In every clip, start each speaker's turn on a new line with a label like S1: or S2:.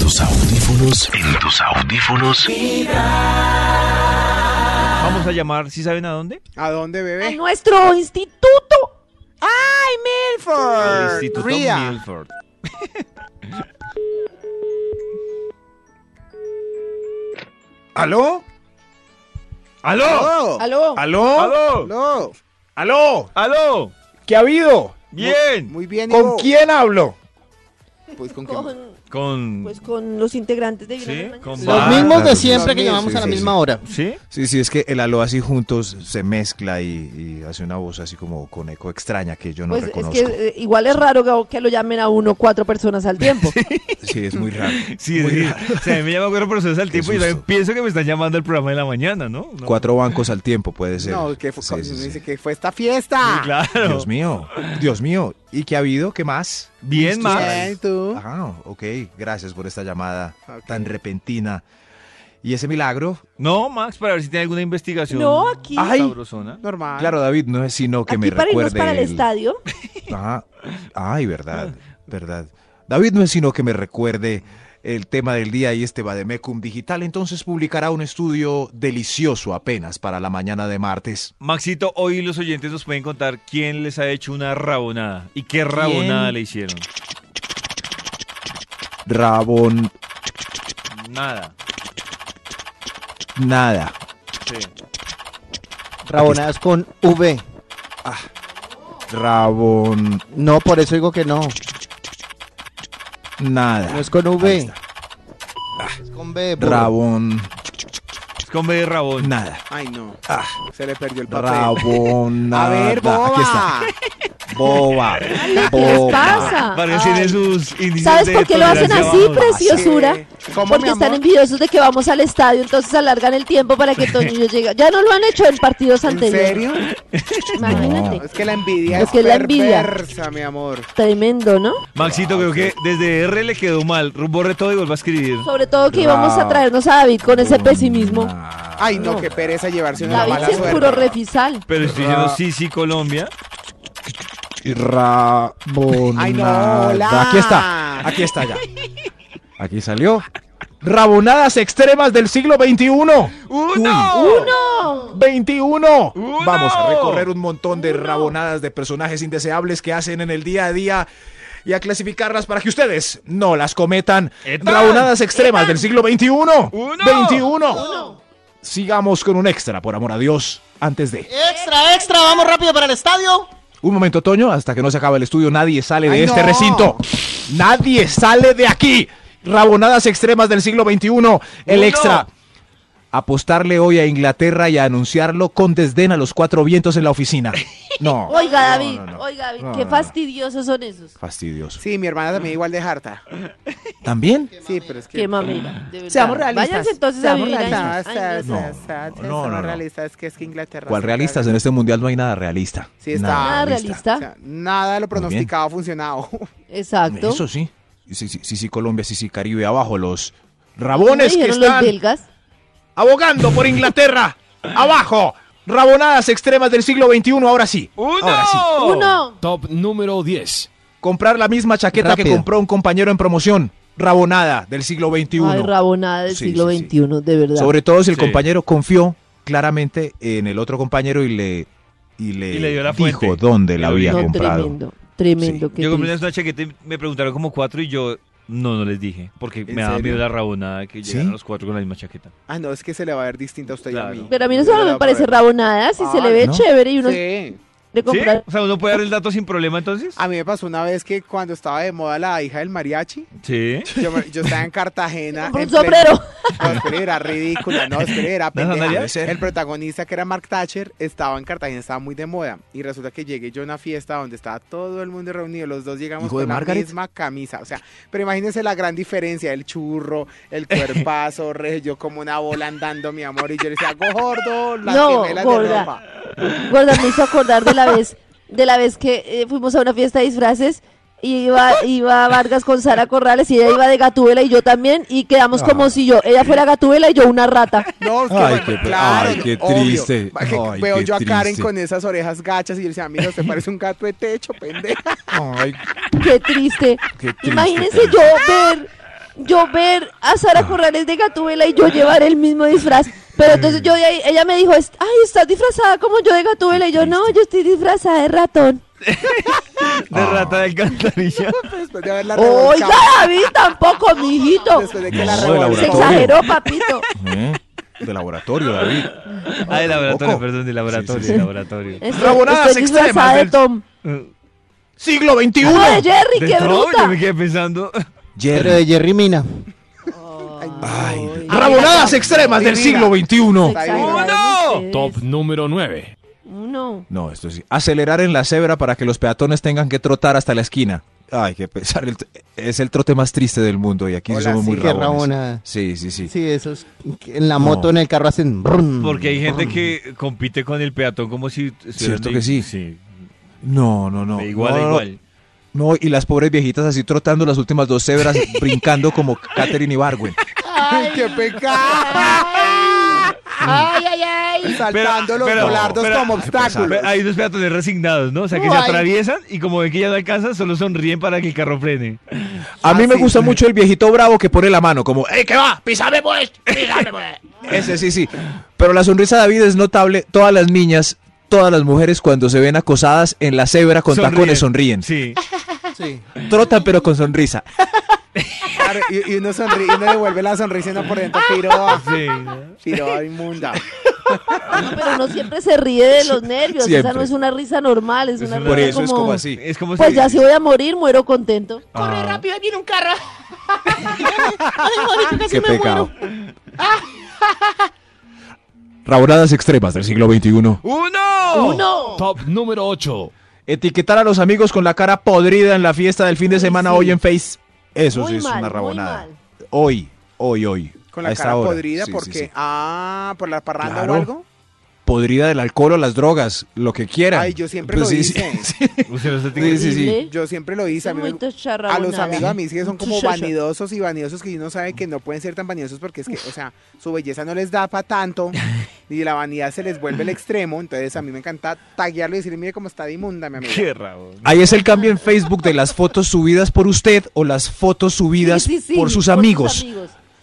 S1: tus audífonos. En tus audífonos.
S2: Vamos a llamar, ¿sí saben a dónde?
S3: ¿A dónde,
S4: A
S3: bebé?
S4: nuestro instituto.
S3: ¡Ay,
S2: Al
S3: Milford!
S2: Instituto
S3: Ría.
S2: Milford.
S5: ¿Aló?
S2: ¡Aló!
S3: ¡Aló!
S4: Aló.
S5: ¿Aló?
S2: ¡Aló!
S3: ¡Aló!
S5: ¿Aló?
S2: ¡Aló!
S5: ¿Qué ha habido?
S2: ¡Bien!
S3: Muy bien,
S5: ¿Con
S3: Ivo.
S5: quién hablo?
S3: Pues con quién.
S4: Con,
S2: Con...
S4: pues con los integrantes de Vibra en
S2: Sí,
S4: las
S2: con
S4: Mañanas.
S6: Los
S2: Ah,
S6: mismos
S5: claro.
S6: de siempre que
S3: Los
S6: llamamos
S3: mismos,
S6: a la
S3: sí, sí,
S6: misma hora.
S2: ¿Sí?
S5: Sí, sí, es que el aló así juntos se mezcla y, y hace una voz así como con eco extraña que yo no
S4: Pues es
S5: reconozco.
S4: que eh, igual es raro que, que lo llamen a uno cuatro personas al tiempo.
S5: Sí, es muy raro.
S2: Sí,
S5: Muy
S2: sí.
S5: raro.
S2: O sea, a mí me llama cuatro personas al tiempo y
S5: susto.
S2: también pienso que me están llamando al programa de la mañana, ¿no? No.
S5: Cuatro bancos al tiempo puede ser.
S3: No, que fue,
S5: Sí, sí,
S3: uno
S5: sí.
S3: dice que fue esta fiesta.
S2: Sí, claro.
S5: Dios mío, Dios mío. ¿Y qué ha habido? ¿Qué más?
S2: Bien,
S5: Listo,
S2: Max.
S5: Isabel.
S3: Bien, tú.
S5: Ah, ok. Gracias por esta llamada
S3: Ok.
S5: tan repentina. ¿Y ese milagro?
S2: No, Max, para ver si tiene alguna investigación.
S4: No, aquí.
S5: Ay.
S2: Sabrosona.
S3: Normal.
S5: Claro, David, no es sino que
S4: Aquí
S5: me
S4: para irnos
S5: recuerde.
S4: para el
S5: el-
S4: estadio.
S5: Ajá. Ah, Ay, verdad, verdad. David no es sino que me recuerde el tema del día y este Bademecum Digital, entonces publicará un estudio delicioso apenas para la mañana de martes.
S2: Maxito, hoy los oyentes nos pueden contar quién les ha hecho una rabonada y qué rabonada le hicieron.
S5: Rabón
S2: Nada.
S5: nada.
S2: Sí.
S6: Rabonadas con V.
S5: Rabón
S6: No, por eso digo que no. No
S5: nada.
S6: es con
S5: Ahí
S6: V. Ah.
S5: está.
S6: Es con B. burro.
S5: Rabón
S2: Es con B de rabón.
S5: nada.
S3: Ay, no.
S5: Ah,
S3: Se le perdió el papel.
S5: Rabón
S3: A
S5: nada.
S3: ver, boba.
S5: Aquí está. Boba.
S4: ¿Qué les
S5: boba.
S4: pasa?
S2: Varios tienen sus índices
S4: ¿Sabes
S2: de
S4: por qué lo hacen
S2: tolerancia
S4: así, pues?
S2: bajos.
S4: preciosura?
S6: ¿Cómo, mi
S4: Porque
S6: amor?
S4: están envidiosos de que vamos al estadio, entonces alargan el tiempo para que Toño y yo llegue. Ya no lo han hecho en partidos
S3: ¿En
S4: anteriores.
S3: serio?
S4: Imagínate.
S3: Es que la envidia
S4: No,
S3: es,
S4: es que la envidia.
S3: perversa, mi amor.
S4: Tremendo, ¿no?
S2: Maxito, creo que desde R le quedó mal. Borre todo y vuelva a escribir.
S4: Sobre todo que íbamos a traernos a David con ese pesimismo.
S3: Ay, no, qué pereza llevarse una
S4: David
S3: mala
S4: sí es puro
S3: suerte.
S4: refisal.
S2: Pero estoy diciendo sí, sí, Colombia.
S5: Rabonada.
S3: Ay, no, hola.
S5: Aquí está, aquí está ya. Aquí salió. Rabonadas extremas del siglo XXI.
S2: ¡Uno!
S4: ¡Uno!
S5: ¡21!
S2: ¡Uno!
S5: Vamos a recorrer un montón de rabonadas de personajes indeseables que hacen en el día a día y a clasificarlas para que ustedes no las cometan.
S2: ¡Etan!
S5: Rabonadas extremas del siglo XXI.
S2: ¡Uno!
S5: ¡21! Sigamos con un extra, por amor a Dios, antes de...
S6: Extra, extra, vamos rápido para el estadio.
S5: Un momento, Toño, hasta que no se acabe el estudio, nadie sale de
S3: ¡Ay,
S5: este
S3: no!
S5: recinto. Nadie sale de aquí. Rabonadas extremas del siglo XXI. El
S2: ¡Uno!
S5: extra. Apostarle hoy a Inglaterra y a anunciarlo con desdén a los cuatro vientos en la oficina. No.
S4: Oiga,
S5: no,
S4: David,
S5: no, no.
S4: oiga, David,
S5: No,
S4: qué
S5: no, no.
S4: fastidiosos son esos.
S5: Fastidioso.
S3: Sí, mi hermana también igual de harta.
S5: ¿También?
S3: Sí, pero es que...
S4: Qué mamera. de verdad.
S3: Seamos realistas.
S4: Váyanse entonces
S3: Seamos
S4: a vivir
S3: realistas.
S4: ahí. Ay,
S3: No,
S4: no.
S5: no,
S3: seamos
S5: no, no, no.
S3: realistas, que es que Inglaterra...
S5: ¿Cuál
S3: sí,
S5: realistas?
S3: claro.
S5: En este mundial no hay nada realista.
S3: Sí, está.
S4: Nada
S3: O
S4: realista.
S3: sea, nada de lo
S5: bien.
S3: pronosticado ha funcionado.
S4: Exacto.
S5: Eso sí. Sí, sí, sí, sí, Colombia, sí, sí, Caribe, abajo los
S4: ¿Qué me
S5: rabones que
S4: dijeron los
S5: están
S4: belgas?
S5: abogando por Inglaterra. Abajo. Rabonadas extremas del siglo XXI, ahora sí.
S2: ¡Uno!
S5: Ahora sí.
S4: ¡Uno!
S1: Top número 10.
S5: Comprar la misma chaqueta que
S6: Rápido.
S5: compró un compañero en promoción. Rabonada del siglo XXI.
S4: Ay, rabonada del
S5: Sí,
S4: siglo
S5: sí,
S4: XXI,
S5: sí.
S4: de verdad.
S5: Sobre todo si el
S2: Sí.
S5: compañero confió claramente en el otro compañero y le, y le,
S2: Y le dio la
S5: dijo
S2: fuente.
S5: dónde la
S2: No,
S5: había
S4: no,
S5: comprado.
S4: tremendo, tremendo. qué
S2: Yo compré
S4: triste.
S2: una chaqueta y me preguntaron como cuatro y yo no, no les dije. Porque
S3: ¿En
S2: me daba
S3: serio?
S2: miedo la rabonada que
S5: ¿Sí?
S2: llegaran los cuatro con la misma chaqueta.
S3: Ah, no, es que se le va a ver distinta a usted
S2: Claro.
S3: y a mí.
S4: Pero a mí no
S3: Yo
S4: solo
S3: le
S4: me
S3: voy a
S4: parece
S3: poner-
S4: rabonada, si se
S3: Ah,
S4: le ve
S5: ¿no?
S4: chévere y uno
S3: Sí.
S4: le
S2: ¿Sí?
S4: compra
S2: O sea, ¿uno puede dar el dato sin problema entonces?
S4: Ah.
S3: A mí me pasó una vez que cuando estaba de moda la hija del mariachi,
S2: Sí.
S3: yo, me- yo estaba en
S5: Ah,
S3: Cartagena.
S4: compra
S3: en
S4: un
S3: pleno-
S4: sombrero.
S3: No, espere, era ridícula, no, espere, era
S2: ¿No,
S3: pendeja.
S2: Natalia?
S3: El protagonista, que era Mark Thatcher, estaba en Cartagena, estaba muy de moda. Y resulta que llegué yo a una fiesta donde estaba todo el mundo reunido. Los dos llegamos
S5: ¿Hijo
S3: con
S5: de
S3: la
S5: Margaret?
S3: misma camisa. O sea, pero imagínense la gran diferencia: el churro, el cuerpazo, re, yo como una bola andando, mi amor. Y yo le decía, gordo, las
S4: No,
S3: gemelas de
S4: gorda.
S3: ropa.
S4: Gorda, me hizo acordar de la vez, de la vez que eh, fuimos a una fiesta de disfraces y iba, iba Vargas con Sara Corrales y ella iba de Gatúbela y yo también y quedamos
S5: Ah.
S4: como si yo, ella fuera Gatúbela y yo una rata.
S3: No, es que,
S5: Ay,
S3: bueno,
S5: qué pe-
S3: claro,
S5: ay, qué
S3: obvio.
S5: triste.
S3: Va, que
S5: Ay,
S3: veo
S5: qué
S3: yo a Karen
S5: triste.
S3: con esas orejas gachas y yo decía, mira, usted parece un gato de techo, pendeja.
S5: Ay,
S4: Qué triste.
S5: Qué triste,
S4: Imagínense
S5: Karen.
S4: yo ver yo ver a Sara Corrales de Gatúbela y yo llevar el mismo disfraz. Pero entonces yo de ahí, ella me dijo, "Es- ay, estás disfrazada como yo de Gatúbela. Y yo, no, yo estoy disfrazada de ratón.
S5: Ah.
S2: De rata de alcantarilla.
S3: Pues, Después de haberla
S4: Oiga,
S3: revolcado.
S4: David, tampoco, mijito.
S3: Después de que la
S5: No, de
S3: revolcó.
S4: Se
S5: laboratorio.
S4: exageró, papito.
S5: ¿Eh? De laboratorio, David.
S2: Ah, de laboratorio,
S5: Tampoco.
S2: perdón, de laboratorio,
S5: Sí, sí,
S2: de laboratorio.
S4: Estoy,
S5: Rabonadas
S4: estoy disfrazada
S5: extremas
S4: de
S5: del-
S4: Tom.
S5: Siglo XXI.
S4: Ah, no, de Jerry,
S2: De
S4: qué
S2: todo,
S4: bruta.
S2: yo me quedé pensando.
S6: Pero de Jerry Mina.
S5: Ay, rabonadas extremas del siglo XXI.
S4: Exageraron ustedes.
S1: Top número 9.
S4: Uno.
S5: No, esto sí. Acelerar en la cebra para que los peatones tengan que trotar hasta la esquina. Ay, qué pesar. el- Es el trote más triste del mundo y aquí sí
S3: Hola,
S5: somos
S3: sí,
S5: muy
S6: qué
S5: rabones.
S6: rabona.
S5: Sí, sí, sí.
S6: Sí, eso es. En la
S5: No.
S6: moto, en el carro hacen.
S5: Mm.
S6: brum,
S2: Porque hay gente
S6: brum.
S2: que compite con el peatón como si... estuvieran
S5: Cierto
S2: de-
S5: que sí.
S2: Sí,
S5: No, no, no.
S2: de igual a
S5: No, no, no.
S2: igual.
S5: No, y las pobres viejitas así trotando las últimas dos cebras, brincando como Katherine Ibargüen.
S3: Ay, qué pecado.
S4: Ay, ay, ay.
S3: Saltando los
S2: pero-
S3: volardos
S2: pero-
S3: como
S2: Pero
S3: obstáculos.
S2: Hay unos peatones resignados, ¿no? O sea, que se
S6: Ay.
S2: atraviesan y como ven que ya no alcanzan, solo sonríen para que el carro frene.
S5: A mí
S3: Ah,
S5: me
S3: sí.
S5: gusta mucho el viejito bravo que pone la mano, como, ¡Ey, qué va! ¡Písame pues! ¡Písame pues! Ese sí, sí. Pero la sonrisa de David es notable. Todas las niñas, todas las mujeres cuando se ven acosadas en la cebra con tacones sonríen.
S2: Sí.
S6: Sí.
S5: Trotan pero con sonrisa.
S3: Claro, y, y uno sonríe, y uno devuelve la sonrisa y uno por dentro piroa.
S2: Sí.
S3: Piroa inmunda.
S4: No, pero uno siempre se ríe de los nervios.
S5: Siempre.
S4: Esa no es una risa normal, es una
S2: una-
S4: risa
S5: Por eso es como así. Sí.
S2: Es como
S4: Pues
S2: si...
S4: ya si voy a morir, muero contento.
S2: Ah.
S5: ¡Qué pecado! Rabonadas extremas del siglo XXI.
S2: ¡Uno!
S4: Uno.
S1: Top número 8.
S5: Etiquetar a los amigos con la cara podrida en la fiesta del fin de semana
S4: sí.
S5: hoy en Face. Eso
S4: Muy
S5: sí es
S4: mal,
S5: una
S4: muy
S5: rabonada.
S4: mal.
S5: Hoy, hoy, hoy.
S3: Con
S5: a
S3: la
S5: esta
S3: cara
S5: hora.
S3: podrida
S5: Sí, sí,
S3: porque.
S5: sí.
S3: Ah, por la parranda
S5: Claro.
S3: o algo.
S5: Podrida del alcohol o las drogas, lo que quieran.
S3: Ay, yo siempre
S5: Pues
S3: lo
S5: sí,
S3: hice.
S5: sí,
S2: Usted no se tiene-
S5: sí, sí, sí.
S4: Horrible.
S3: Yo siempre lo hice. A, mí me-
S4: Muy
S3: a los
S4: tocharrabonada.
S3: amigos a mí sí que son como
S4: Muchacha.
S3: vanidosos y vanidosos que uno sabe que no pueden ser tan vanidosos porque es que, o sea, su belleza no les da para tanto y la vanidad se les vuelve el extremo. Entonces a mí me encanta taguearlo y decirle, mire cómo está de inmunda, mi amigo.
S2: ¡Qué rabo!
S5: Ahí es el cambio en Facebook de las fotos subidas por usted o las fotos subidas
S4: Sí, sí, sí,
S5: por sus amigos.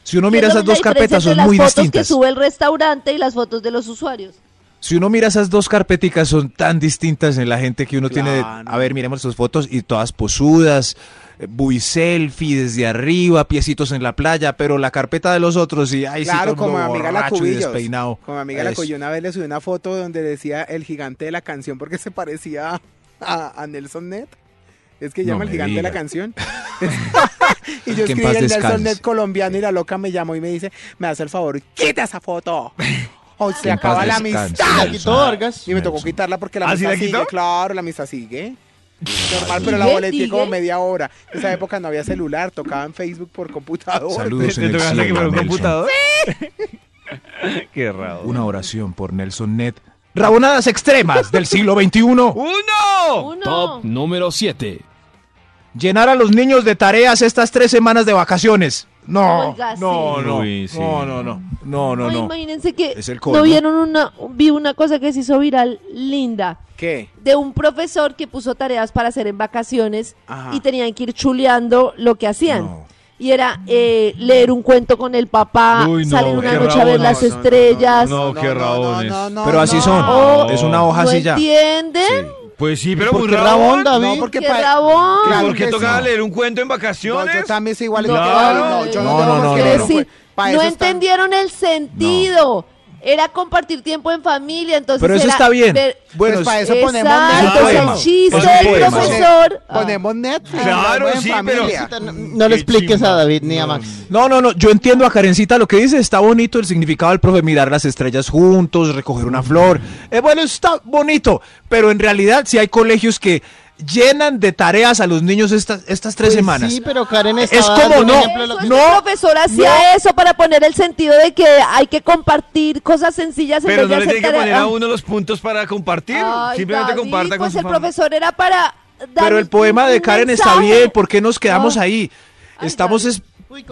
S5: Si uno mira
S4: Y es
S5: esas
S4: la
S5: dos carpetas,
S4: diferencia entre
S5: son muy
S4: las fotos
S5: distintas.
S4: que sube el restaurante y las fotos de los usuarios.
S5: Si uno mira esas dos carpeticas, son tan distintas en la gente que uno tiene.
S3: Claro.
S5: A ver, miremos sus fotos y todas posudas, eh, buy selfie desde arriba, piecitos en la playa, pero la carpeta de los otros y
S3: Claro,
S5: ahí sí, todo el
S3: como
S5: mundo
S3: amiga la
S5: borracho y
S3: cubillos.
S5: despeinado.
S3: Como amiga la
S5: Es-
S3: cubillo una vez le subí una foto donde decía el gigante de la canción porque se parecía a, a Nelson Net. Es que
S5: No
S3: llama el
S5: me
S3: gigante de la
S5: diga.
S3: canción. y yo
S5: Que en
S3: escribí
S5: paz
S3: el Nelson
S5: descanse.
S3: Net colombiano y la loca me llamó y me dice, me hace el favor, quita esa foto. O se
S5: en paz
S3: acaba la
S5: descanse,
S3: amistad.
S5: Nelson.
S6: Quitó Vargas.
S3: Y me tocó
S5: Nelson.
S3: quitarla porque la
S2: ¿Ah, sí
S3: amistad
S2: la
S3: sigue.
S2: quitó?
S3: Claro, la amistad sigue. Normal, pero la
S4: ¿Sigue?
S3: boleté como
S4: ¿Sigue?
S3: media hora. En esa época no había celular, tocaba en Facebook por computador.
S5: Saludos en
S2: ¿Te
S5: el
S2: tocaste que
S5: cielo,
S2: por un
S5: Nelson.
S2: computador? ¡Qué rabo!
S5: Una oración por Nelson Net. Rabonadas extremas del siglo XXI.
S2: ¡Uno!
S4: Uno.
S1: Top número 7.
S5: Llenar a los niños de tareas estas tres semanas de vacaciones. No,
S4: Oiga, sí.
S5: no, no,
S2: Uy, sí.
S5: no, no, no, no, no,
S4: No,
S5: no.
S4: Imagínense que
S5: Es el colmo.
S4: no vieron una, vi una cosa que se hizo viral linda
S3: ¿Qué?
S4: de un profesor que puso tareas para hacer en vacaciones
S3: Ajá.
S4: y tenían que ir chuleando lo que hacían.
S5: No.
S4: Y era eh, leer un cuento con el papá,
S2: Uy, no,
S4: salir una
S2: qué
S4: noche a ver las
S2: rabones.
S3: No, no, no,
S4: estrellas. No,
S2: No, qué rabones.
S5: Pero así
S3: no.
S5: son.
S4: No.
S5: Es una hoja
S4: Pues
S5: así ya.
S4: entienden?
S2: Oh. Pues sí, pero muy
S6: Porque
S2: rabón.
S6: rabón,
S3: No,
S6: David.
S3: porque
S4: ¡Qué
S3: pa-
S4: rabón!
S3: Claro
S2: ¿Por qué
S3: que
S2: tocaba
S3: sí.
S2: leer un cuento en
S3: No,
S2: vacaciones?
S3: yo también soy igual.
S4: No,
S3: que David, no, yo no,
S5: no,
S3: tengo
S5: no,
S3: por
S5: no,
S3: qué
S5: no,
S4: Es
S5: no.
S3: decir,
S4: decir,
S3: pa'
S4: no
S3: eso están-
S4: entendieron el sentido. Era compartir tiempo en familia, entonces
S5: Pero eso
S4: era
S5: está
S4: Pues
S5: bien.
S4: ver-
S5: Bueno,
S3: Pues para
S5: es-
S3: eso ponemos
S4: Exacto,
S5: Netflix.
S4: o sea,
S5: Poema.
S4: el chiste
S2: Es un
S4: del
S5: poema.
S4: profesor. Ah.
S3: Ponemos Netflix.
S2: Claro,
S3: hablamos en
S2: sí, pero-
S3: familia.
S6: No, no
S2: Qué
S6: le expliques
S2: chimba.
S6: a David ni a
S2: No.
S6: Max.
S5: No, no, no, yo entiendo a Karencita lo que dice, está bonito el significado del profe mirar las estrellas juntos, recoger una flor. Eh, bueno, está bonito, pero en realidad sí hay colegios que llenan de tareas a los niños estas, estas tres
S6: Pues
S5: semanas.
S6: Sí, pero Karen
S5: Es
S6: estaba
S5: como
S6: dando un
S5: no.
S6: ejemplo de lo
S4: Eso
S6: que-
S4: es que el profesor hacía eso para poner el sentido de que hay que compartir cosas sencillas en
S2: Pero
S4: vez de
S2: no le
S4: hacer
S2: tiene que
S4: tarea-
S2: poner a
S4: Ah.
S2: uno los puntos para compartir.
S4: Ay,
S2: Simplemente
S4: David,
S2: comparta con
S4: pues
S2: su
S4: el
S2: familia.
S4: profesor era para dar
S5: Pero el poema
S4: un
S5: de Karen está
S4: mensaje.
S5: bien, ¿por qué nos quedamos
S4: Ah.
S5: ahí?
S4: Ay,
S5: Estamos
S4: David.
S5: es-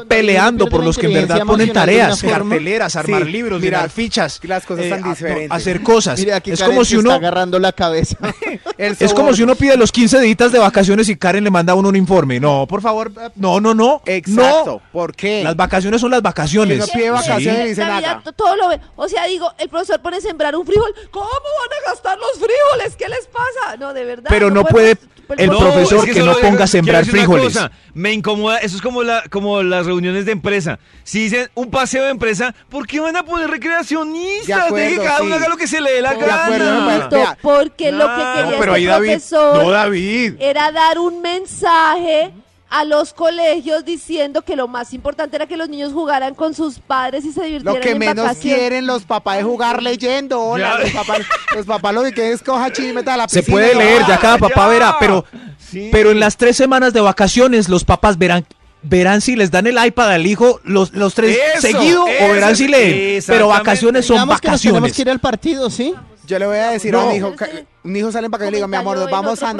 S5: peleando por los que en verdad ponen tareas,
S6: Mira
S5: carteleras, armar
S3: Sí,
S5: libros,
S3: mira,
S5: mirar fichas,
S3: las cosas
S5: eh,
S3: tan
S5: a- no,
S3: diferentes.
S5: hacer cosas.
S6: aquí
S5: es
S6: Karen
S5: como
S6: se
S5: si uno
S6: está agarrando la cabeza.
S3: El
S5: es como
S3: soborno.
S5: si uno pide los 15 días de vacaciones y Karen le manda a uno un informe. No, por favor, eh, no, no, no.
S3: Exacto. ¿Por qué?
S5: No. Las vacaciones son las vacaciones.
S3: Que no pide
S5: Sí.
S3: vacaciones.
S4: En
S3: dice
S4: Navidad
S3: nada.
S4: todo lo ve. O sea, digo, el profesor pone sembrar un frijol. ¿Cómo van a gastar los frijoles? ¿Qué les pasa? No, de verdad.
S5: Pero no puede
S4: puede-
S5: el
S4: no,
S5: profesor
S4: es que-
S5: que
S2: solo
S5: no
S2: digo-
S5: ponga a sembrar
S2: quiero decir una
S5: frijoles.
S2: cosa, me incomoda, eso es como, la, como las reuniones de empresa. Si dicen un paseo de empresa, ¿por qué van a poner
S3: De
S2: recreacionistas?
S3: acuerdo,
S2: Deje que cada uno
S3: sí.
S2: haga lo que se le dé la
S3: De
S2: gana.
S3: acuerdo, me parece-
S4: Listo,
S3: Vea.
S4: porque lo
S2: No,
S4: que quería
S5: pero ahí
S4: este
S5: David,
S4: profesor
S5: no David.
S4: era dar un mensaje a los colegios diciendo que lo más importante era que los niños jugaran con sus padres y se divirtieran
S3: Lo que
S4: en
S3: menos
S4: vacaciones.
S3: quieren los papás es jugar leyendo. Hola,
S2: Ya.
S3: los papás, los papás lo que quieren es coja chino y meta a la
S5: Se
S3: piscina.
S5: puede leer, ya cada papá
S2: ya.
S5: verá, pero,
S2: Sí.
S5: pero en las tres semanas de vacaciones los papás verán, verán si les dan el iPad al hijo los, los tres
S2: Eso,
S5: seguido
S2: eso,
S5: o verán si leen.
S2: exactamente.
S5: Pero vacaciones son
S6: Digamos que nos tenemos
S5: vacaciones.
S6: que ir al partido, ¿sí?
S3: Yo le voy a decir a
S5: No.
S3: mi hijo, ca- un hijo sale para acá y le digo, mi amor, nos
S4: Comentario en
S3: vamos a,
S4: otro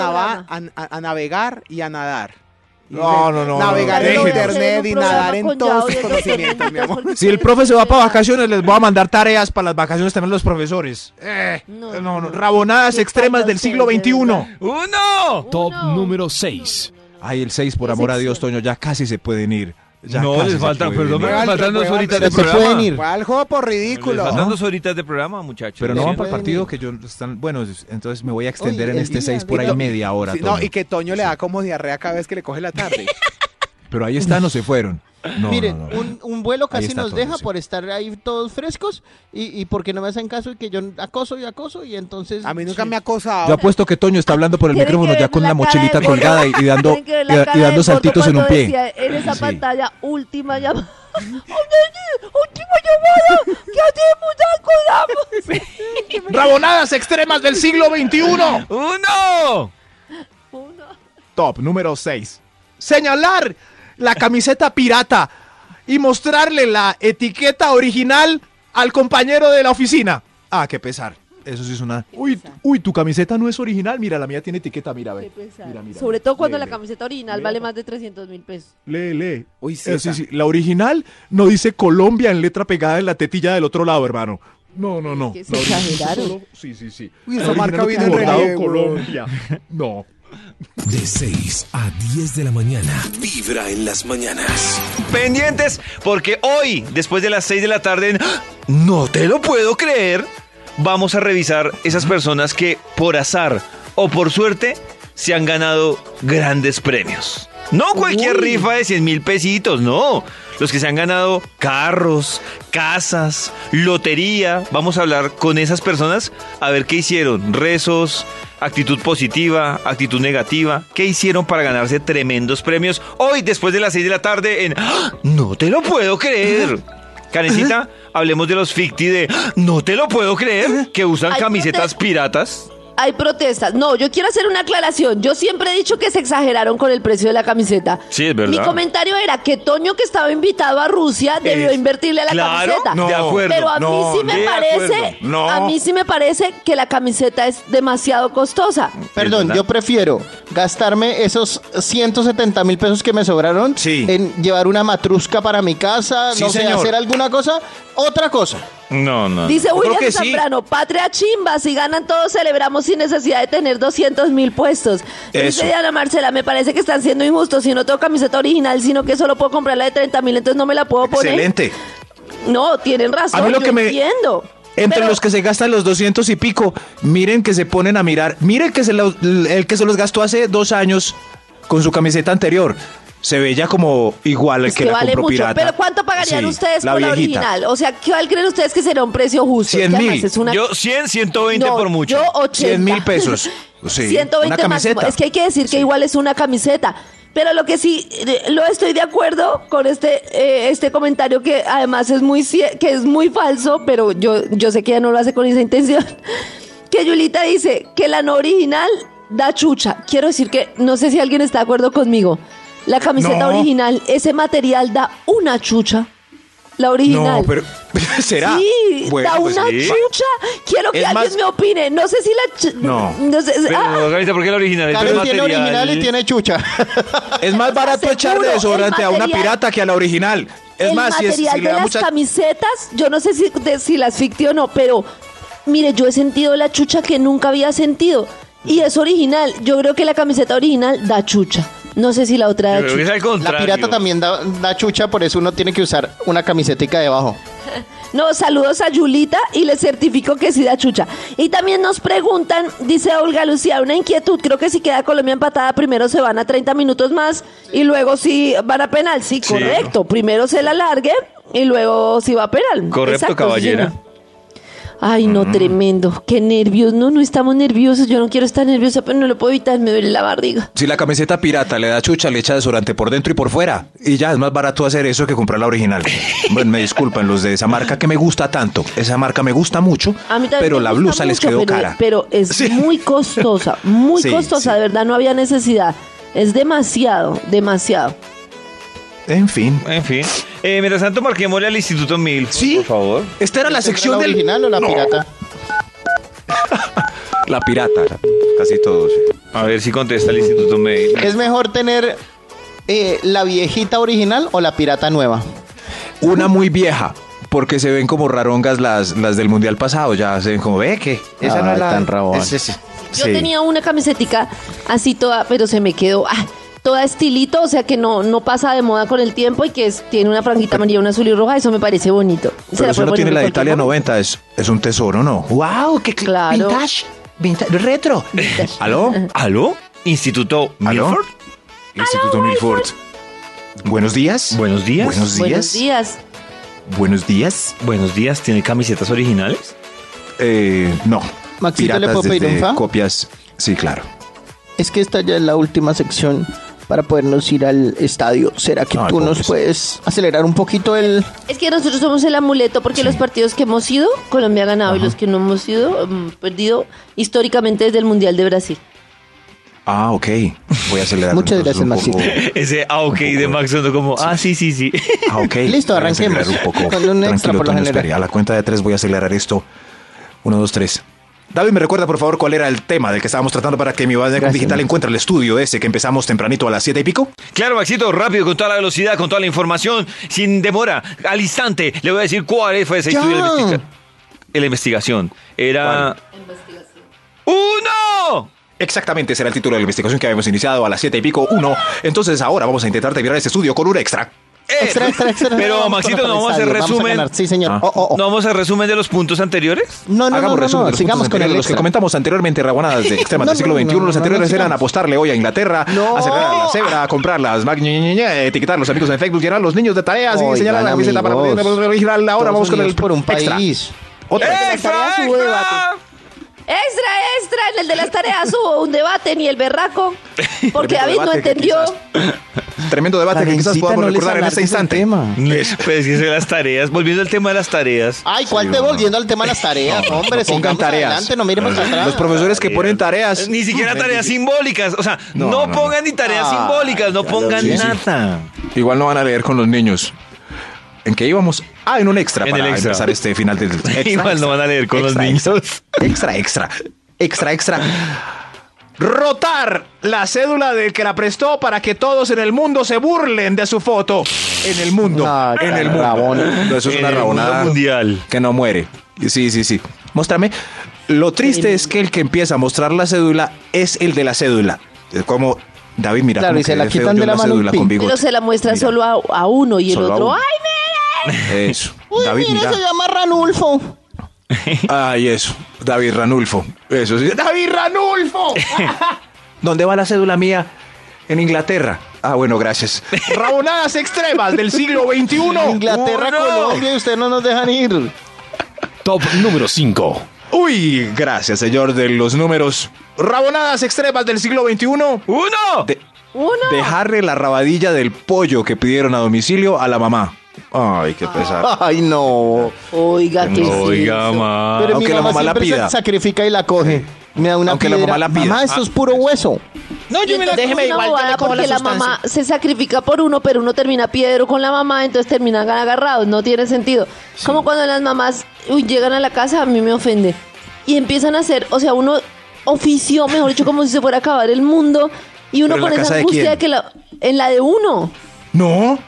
S3: nava- a, a- a navegar y a nadar. Y
S5: No,
S3: dice,
S5: no, no,
S3: Navegar
S5: no,
S3: en
S5: no, no.
S3: internet y
S4: Déjenos.
S3: nadar en
S4: Con
S3: todos
S4: Yao y
S3: sus
S4: otros
S3: conocimientos, mi
S4: tenientes,
S3: amor.
S4: porque
S5: Si el
S4: ustedes
S5: profe se va
S4: no
S5: para
S4: saben.
S5: vacaciones, les voy a mandar tareas para las vacaciones también a los profesores. Eh,
S4: No, no,
S5: no, no,
S4: no.
S5: rabonadas
S4: Qué
S5: extremas del
S4: falta
S5: siglo
S4: ustedes, de
S5: XXI.
S2: ¡Uno!
S1: Top
S4: Uno.
S1: número 6.
S5: Ay, el 6, por
S4: Qué
S5: amor a Dios,
S4: sección.
S5: Toño, ya casi se pueden ir. Ya
S2: no,
S5: casi
S2: les
S5: se
S2: faltan,
S5: pueden
S2: perdón,
S5: ir.
S2: pero les
S3: Juegan,
S2: faltan dos
S3: juegan,
S2: horitas
S6: se-
S2: de
S6: se pueden
S2: programa.
S6: ir.
S3: Fue al jopo ridículo.
S2: Les faltan
S5: ¿no?
S2: dos horitas de programa, muchachos.
S5: Pero no van
S2: ¿sí?
S5: para el
S6: pueden
S5: partido
S6: ir.
S5: que yo están. Bueno, es- entonces me voy a
S6: Oye,
S5: extender en
S6: el
S5: este
S6: día
S5: 6 por
S6: de-
S5: ahí media hora.
S3: Sí, no,
S5: Toño.
S3: y que Toño le da como diarrea cada vez que le coge la tarde.
S5: Pero ahí están o se fueron. No,
S6: Miren,
S5: no, no, no.
S6: Un, un vuelo
S5: Ahí
S6: casi
S5: está
S6: nos
S5: todo,
S6: deja
S5: sí.
S6: por estar ahí todos frescos y, y porque no me hacen caso y que yo acoso y acoso y entonces...
S3: A mí nunca
S6: sí.
S3: me ha acosado.
S5: Yo apuesto que Toño está hablando por el
S4: Tienen que
S5: micrófono ya
S4: ver
S5: con
S4: la
S5: la
S4: cara
S5: mochilita
S4: del
S5: colgada y, y dando,
S4: Tienen que ver
S5: y
S4: la
S5: da-
S4: cara
S5: y
S4: del
S5: dando
S4: gordo
S5: saltitos en
S4: cuando
S5: un pie.
S4: decía en esa
S5: Sí.
S4: pantalla, última llamada. última llamada. ¿Qué hacemos? Ya colgamos.
S5: ¡Rabonadas extremas del siglo XXI!
S2: ¡Uno!
S4: Uno.
S5: Top número 6. Señalar la camiseta pirata y mostrarle la etiqueta original al compañero de la oficina. Ah, qué pesar. Eso sí es una. Uy, uy, tu camiseta no es original. Mira, la mía tiene etiqueta. Mira, ve.
S4: Qué pesar.
S5: Mira, mira,
S4: pues, Sobre
S5: mira.
S4: todo cuando
S5: Lee,
S4: la
S5: lee.
S4: camiseta original vale más de 300 mil pesos.
S5: Lee, lee.
S3: Uy, sí,
S5: Eh,
S3: esa.
S5: sí, sí, La original no dice Colombia en letra pegada en la tetilla del otro lado, hermano. No, no,
S4: Es
S5: no.
S4: que se
S5: La original
S4: exageraron.
S5: solo- Sí, sí, sí.
S3: Uy,
S5: La
S3: esa
S5: original
S3: marca
S5: no
S3: viene
S5: tiene
S3: en
S5: bordado
S3: relieve,
S5: Colombia. No.
S7: De 6 a 10 de la mañana. Vibra en las mañanas.
S2: Pendientes, porque hoy, después de las 6 de la tarde, en- ¡Ah! no te lo puedo creer, vamos a revisar esas personas que por azar o por suerte se han ganado grandes premios. No cualquier rifa de 100 mil pesitos, no. Los que se han ganado carros, casas, lotería. Vamos a hablar con esas personas a ver qué hicieron. Rezos, actitud positiva, actitud negativa. ¿Qué hicieron para ganarse tremendos premios? Hoy, después de las 6 de la tarde, en... ¡Ah! No te lo puedo creer. Canecita, hablemos de los ficti de... ¡Ah! No te lo puedo creer. Que usan
S4: Ay,
S2: camisetas
S4: no
S2: piratas.
S4: Hay protestas. No, yo quiero hacer una aclaración. Yo siempre he dicho que se exageraron con el precio de la camiseta.
S2: Sí, es verdad.
S4: Mi comentario era que Toño, que estaba invitado a Rusia, debió
S2: Es-
S4: invertirle a la
S2: claro,
S4: camiseta.
S2: de acuerdo.
S4: Pero a
S5: no,
S4: mí sí me
S2: de
S4: parece,
S2: acuerdo.
S5: No.
S4: a mí sí me parece que la camiseta es demasiado costosa.
S6: Perdón,
S2: ¿Verdad?
S6: yo prefiero gastarme esos 170 mil pesos que me sobraron
S5: Sí.
S6: en llevar una matrusca para mi casa,
S5: Sí,
S6: no sé,
S5: señor.
S6: hacer alguna cosa, otra cosa.
S2: No, no.
S4: Dice
S5: Yo creo
S4: William
S5: que sí.
S4: Zambrano, patria chimba, si ganan todos celebramos sin necesidad de tener 200 mil puestos.
S5: Eso.
S4: Dice Diana Marcela, me parece que están siendo injustos, si no tengo camiseta original, sino que solo puedo comprar la de 30 mil, entonces no me la puedo poner.
S5: Excelente.
S4: No, tienen razón,
S5: A mí lo
S4: yo
S5: que me-
S4: entiendo.
S5: Entre
S4: Pero-
S5: los que se gastan los 200 y pico, miren que se ponen a mirar. Miren que se lo- el que se los gastó hace dos años con su camiseta anterior. Se veía como igual al
S4: Es
S5: que,
S4: que,
S5: la
S4: vale
S5: compró
S4: mucho.
S5: pirata.
S4: Pero ¿cuánto pagarían
S5: Sí,
S4: ustedes
S5: la
S4: por la
S5: viejita.
S4: original? O sea, ¿cuál creen ustedes que será un precio justo?
S5: 100
S4: Que además
S5: mil.
S4: es una-
S2: Yo 100, 120
S4: No,
S2: por mucho.
S4: Yo 80.
S5: 100 mil pesos. Sí, una
S4: 120 máximo.
S5: camiseta.
S4: Es que hay que decir que igual es una camiseta. Pero lo que sí, eh, lo estoy de acuerdo con este, eh, este comentario que además es muy, cie- que es muy falso, pero yo, yo sé que ella no lo hace con esa intención. Que Yulita dice que la no original da chucha. Quiero decir que no sé si alguien está de acuerdo conmigo. La camiseta
S5: No.
S4: original, ese material da una chucha. La original.
S5: No, pero será.
S4: Sí,
S5: Bueno,
S4: da
S5: pues
S4: una
S5: sí.
S4: chucha. Quiero que
S5: Es
S4: alguien
S5: más-
S4: me opine. No sé si la. ch-
S5: No.
S4: sé,
S2: Pero,
S4: ah,
S2: Carita, ¿por qué la original? Esto es
S6: Karen tiene
S2: material.
S6: original y tiene chucha.
S5: Es más barato
S4: aseguro,
S5: echar de
S4: el
S5: desodorante a una
S4: material-
S5: pirata que a la original. Es
S4: el
S5: más, si, es,
S4: material
S5: si le
S4: de
S5: da
S4: las
S5: mucha.
S4: camisetas, yo no sé si, de- si las ficti o no, pero mire, yo he sentido la chucha que nunca había sentido. Y es original. Yo creo que la camiseta original da chucha. No sé si la otra da
S2: Yo creo que es
S4: chucha.
S2: al
S6: La
S2: contrario.
S6: pirata también da, da chucha, por eso uno tiene que usar una camisetica debajo.
S4: No, saludos a Yulita y les certifico que sí da chucha. Y también nos preguntan, dice Olga Lucía, una inquietud. Creo que si queda Colombia empatada, primero se van a 30 minutos más y luego si van a penal. Sí, correcto. Primero se la largue y luego si va a penal.
S2: Correcto,
S4: Exacto,
S2: caballera. Mm.
S4: Gina. Ay, no, tremendo. Qué nervios. No, no estamos nerviosos. Yo no quiero estar nerviosa, pero no lo puedo evitar. Me duele la barriga.
S5: Si la camiseta pirata le da chucha, le echa desodorante por dentro y por fuera. Y ya es más barato hacer eso que comprar la original. Bueno, me disculpan los de esa marca que me gusta tanto. Esa marca me gusta mucho,
S4: A mí también
S5: pero
S4: me
S5: la
S4: gusta
S5: blusa les
S4: mucho,
S5: quedó
S4: pero-
S5: cara.
S4: Pero es
S5: Sí.
S4: muy costosa, muy
S5: Sí,
S4: costosa.
S5: sí.
S4: De verdad, no había necesidad. Es demasiado, demasiado.
S5: En fin.
S2: En fin. Eh, mientras tanto, marquémosle al Instituto Mil.
S5: Sí.
S2: Por favor.
S5: Esta era la sección
S6: ¿La
S5: del...
S6: original o la
S5: No,
S6: pirata?
S5: La pirata. Casi todos.
S2: A ver si contesta el Instituto Mil.
S6: ¿Es mejor tener eh, la viejita original o la pirata nueva?
S5: Una muy vieja, porque se ven como rarongas las, las del mundial pasado. Ya se ven como, ve que esa no
S6: Ay,
S5: es la...
S6: tan rabón.
S5: es- es- es-
S4: Yo
S5: sí.
S4: tenía una camisetica así toda, pero se me quedó ah, toda estilito, o sea que no, no pasa de moda con el tiempo y que es- tiene una franjita amarilla, una azul y roja, eso me parece bonito. Se
S5: Pero
S4: la
S5: si
S4: puede
S5: uno
S4: poner
S5: tiene
S4: en
S5: la de
S4: cualquier
S5: Italia
S4: momento.
S5: 90, es, es un tesoro, ¿no? ¡Wow! ¡Qué cl-
S4: Claro.
S5: vintage! vintage, ¡Retro! ¿Aló?
S2: ¿Aló? ¿Instituto
S5: ¿Aló?
S2: Milford?
S5: Instituto Milford. Buenos días.
S2: Buenos días.
S5: Buenos días.
S4: Buenos días.
S5: Buenos días.
S2: Buenos días. ¿Tiene camisetas originales?
S5: Eh, no.
S6: Maxito, ¿le
S5: Piratas
S6: puedo pedir
S5: desde
S6: un fa?
S5: copias. Sí, claro.
S6: Es que esta ya es la última sección para podernos ir al estadio. ¿Será que
S5: Ay,
S6: tú nos
S5: pobres.
S6: puedes acelerar un poquito el...
S4: Es que nosotros somos el amuleto porque los partidos que hemos ido, Colombia ha ganado y los que no hemos ido, mm, perdido históricamente desde el Mundial de Brasil.
S5: Ah, ok. Voy a acelerar.
S6: Muchas
S5: entonces
S6: gracias,
S5: un poco.
S2: Ese ah, ok de Max sonó como, ah, sí, sí, sí.
S5: Ah, ok.
S6: Listo,
S5: Voy a acelerar
S6: arranquemos.
S5: Un poco.
S6: Con un extra
S5: Tranquilo,
S6: por lo
S5: Toño,
S6: general.
S5: espere. A la cuenta de tres voy a acelerar esto. Uno, dos, tres. David, me recuerda, por favor, cuál era el tema del que estábamos tratando para que mi banda
S6: Gracias,
S5: digital
S6: Max.
S5: encuentre el estudio ese que empezamos tempranito a las siete y pico.
S2: Claro, Maxito, rápido, con toda la velocidad, con toda la información, sin demora, al instante, le voy a decir cuál fue ese
S6: Ya.
S2: estudio de la investiga- de la investigación. Era... ¡Uno!
S5: Exactamente, será el título de la investigación que habíamos iniciado a las siete y pico, uno. Entonces ahora vamos a intentar terminar este estudio con un extra.
S2: Eh,
S6: Extra, extra, extra.
S2: Pero,
S6: Vamos
S2: Maxito,
S6: al
S2: no vamos a hacer
S6: estadio,
S2: resumen.
S6: ganar. sí, señor.
S5: Ah.
S6: Oh, oh, oh.
S2: ¿No vamos a resumen de los puntos anteriores?
S6: No, no, no,
S5: Hagamos
S6: no,
S5: resumen
S6: no,
S5: de los
S6: sigamos
S5: puntos
S6: con el
S5: anteriores, los que
S6: extra.
S5: comentamos anteriormente, raguanadas de extremas
S6: No,
S5: del siglo
S6: no, no,
S5: XXI.
S6: no,
S5: los
S6: no,
S5: anteriores
S6: no
S5: eran
S6: sigamos.
S5: echarle hoy a Inglaterra,
S6: No.
S5: acercar a la cebra, comprarlas, mag- ñe, ñe, ñe, etiquetar a los amigos en Facebook, llenar a los niños de tareas y
S6: Oigan,
S5: señalar la camiseta para
S6: amigos.
S5: poder original. Ahora
S6: Estados
S5: vamos con el
S6: Unidos por un
S5: extra.
S6: país. ¡Eh!
S5: Otro.
S4: Secretaría
S2: ¡Extra,
S4: subo
S2: extra!
S4: Extra, extra, en el de las tareas hubo un debate ni el berraco, porque
S5: Tremendo
S4: David no
S5: debate que
S4: entendió.
S5: Tremendo debate que quizás
S6: Karencita,
S5: podamos
S6: no les
S5: recordar en
S6: alargues
S5: este
S6: el
S5: instante.
S6: tema.
S2: Pues es que es de las tareas, volviendo al tema de las tareas.
S6: Ay, ¿cuál te volviendo al tema de las tareas? hombre,
S5: no pongan
S6: sigamos
S5: tareas.
S6: adelante, no miremos atrás.
S5: Los profesores que ponen tareas.
S2: Ni siquiera tareas simbólicas, o sea, no,
S5: No, no, no.
S2: pongan ni tareas
S6: Ay,
S2: simbólicas, no
S6: ya
S2: pongan
S5: lo vi.
S2: nada.
S5: Igual no van a leer con los niños. ¿En qué íbamos? Ah, en un extra
S2: En
S5: para
S2: el extra.
S5: empezar este final del extra,
S2: Igual no van a leer con los
S5: extra,
S2: niños.
S5: Extra, extra, extra, extra. Rotar la cédula del que la prestó para que todos en el mundo se burlen de su foto. En el mundo.
S6: Ah,
S5: en
S6: qué
S5: el mundo.
S6: rabón.
S5: No, Eso es
S2: En
S5: una
S2: el mundo
S5: rabonada
S2: mundial.
S5: que no muere. Sí, sí, sí. Muéstrame. Lo triste es que el que empieza a mostrar la cédula es el de la cédula. Es Como David, mira,
S6: Claro,
S5: cómo
S6: y se
S5: quedé
S6: la
S5: feo
S6: quitan
S5: yo
S6: de
S5: en
S6: la mano un
S5: cédula con
S6: pin.
S5: bigote.
S4: Pero se la muestra
S5: Mira,
S4: solo a, a uno y el
S5: solo a
S4: otro,
S5: uno.
S4: ¡ay,
S5: Eso.
S6: Uy,
S5: David,
S6: mira,
S5: mira.
S6: se llama Ranulfo.
S5: Ay, eso. David Ranulfo. Eso sí. ¡David Ranulfo! ¿Dónde va la cédula mía? En Inglaterra. Ah, bueno, gracias. Rabonadas extremas del siglo XXI.
S6: Inglaterra,
S2: Uno.
S6: Colombia, y ustedes no nos dejan ir.
S1: Top número 5.
S5: Uy, gracias, señor de los números. Rabonadas extremas del siglo XXI.
S2: ¡Uno!
S5: De-
S4: uno!
S5: dejarle la rabadilla del pollo que pidieron a domicilio a la mamá.
S4: Ah.
S5: Ay, qué pesar.
S6: Ay, no.
S4: Oiga, que
S2: Oiga, ma.
S5: aunque la mamá la
S6: siempre
S5: pida.
S6: se sacrifica y la coge. Me da una
S5: Aunque la
S6: piedra.
S5: mamá la pida. Ah.
S6: Mamá, eso es puro hueso.
S8: No, yo
S4: Y
S8: me la como.
S4: entonces es
S8: Déjeme igual, yo
S4: una
S8: le
S4: bobada
S8: como la
S4: porque la
S8: sustancia.
S4: mamá se sacrifica por uno, pero uno termina piedro con la mamá, entonces terminan agarrados, no tiene sentido. Como cuando las mamás uy, llegan a la casa, a mí me ofende. Y empiezan a hacer, o sea, uno ofició, mejor dicho, como si se fuera a acabar el mundo. Y uno
S5: ¿Pero
S4: con
S5: en la
S4: esa
S5: casa de
S4: angustia
S5: quién?
S4: de que la, en la de uno.
S5: No,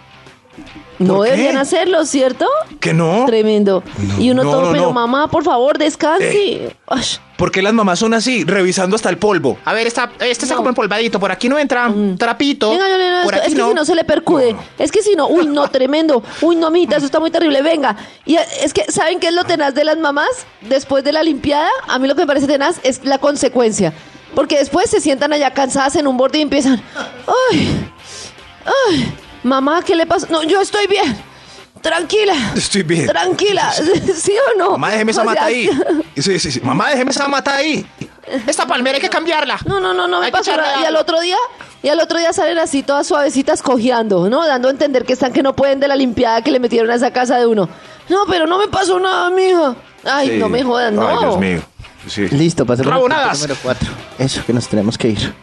S4: No
S5: ¿Por qué?
S4: deberían hacerlo, ¿cierto?
S5: que no.
S4: Tremendo. y uno
S5: no,
S4: todo,
S5: no,
S4: pero
S5: no. Eh,
S4: mamá, por favor, descanse. Ay,
S5: ¿Por qué las mamás son así, revisando hasta el polvo?
S8: A ver, esta, este está
S4: No. Mm.
S8: como empolvadito. Por aquí no entra trapito.
S4: Venga, no, no, no,
S8: por
S4: esto-
S8: aquí
S4: es que
S8: no.
S4: si no se le percude. Es que si no, uy, no, tremendo. Uy, no, mijita, eso está muy terrible. Venga. Y eh, es que, ¿saben qué es lo tenaz de las mamás? Después de la limpiada, a mí lo que me parece tenaz es la consecuencia. Porque después se sientan allá cansadas en un borde y empiezan. ¡Ay! ¡Ay! Mamá, ¿qué le pasa? No, yo estoy bien. Tranquila.
S5: Estoy bien.
S4: Tranquila. ¿Sí o no?
S5: Mamá, déjeme esa
S4: O sea,
S5: mata ahí. Sí, sí, sí. Mamá, déjeme esa mata ahí.
S8: Esta palmera hay que cambiarla.
S4: No, no, no, no me
S8: Hay que
S4: pasó
S8: echarle
S4: nada. Y
S8: agua.
S4: al otro día, y al otro día salen así todas suavecitas cojeando, ¿no? Dando a entender que están que no pueden de la limpiada que le metieron a esa casa de uno. No, pero no me pasó nada, mija. Ay, no me jodan, no.
S5: Ay, Dios mío. Sí.
S6: Listo, pasemos al punto
S8: Rabonadas.
S6: número 4. Eso que nos tenemos que ir.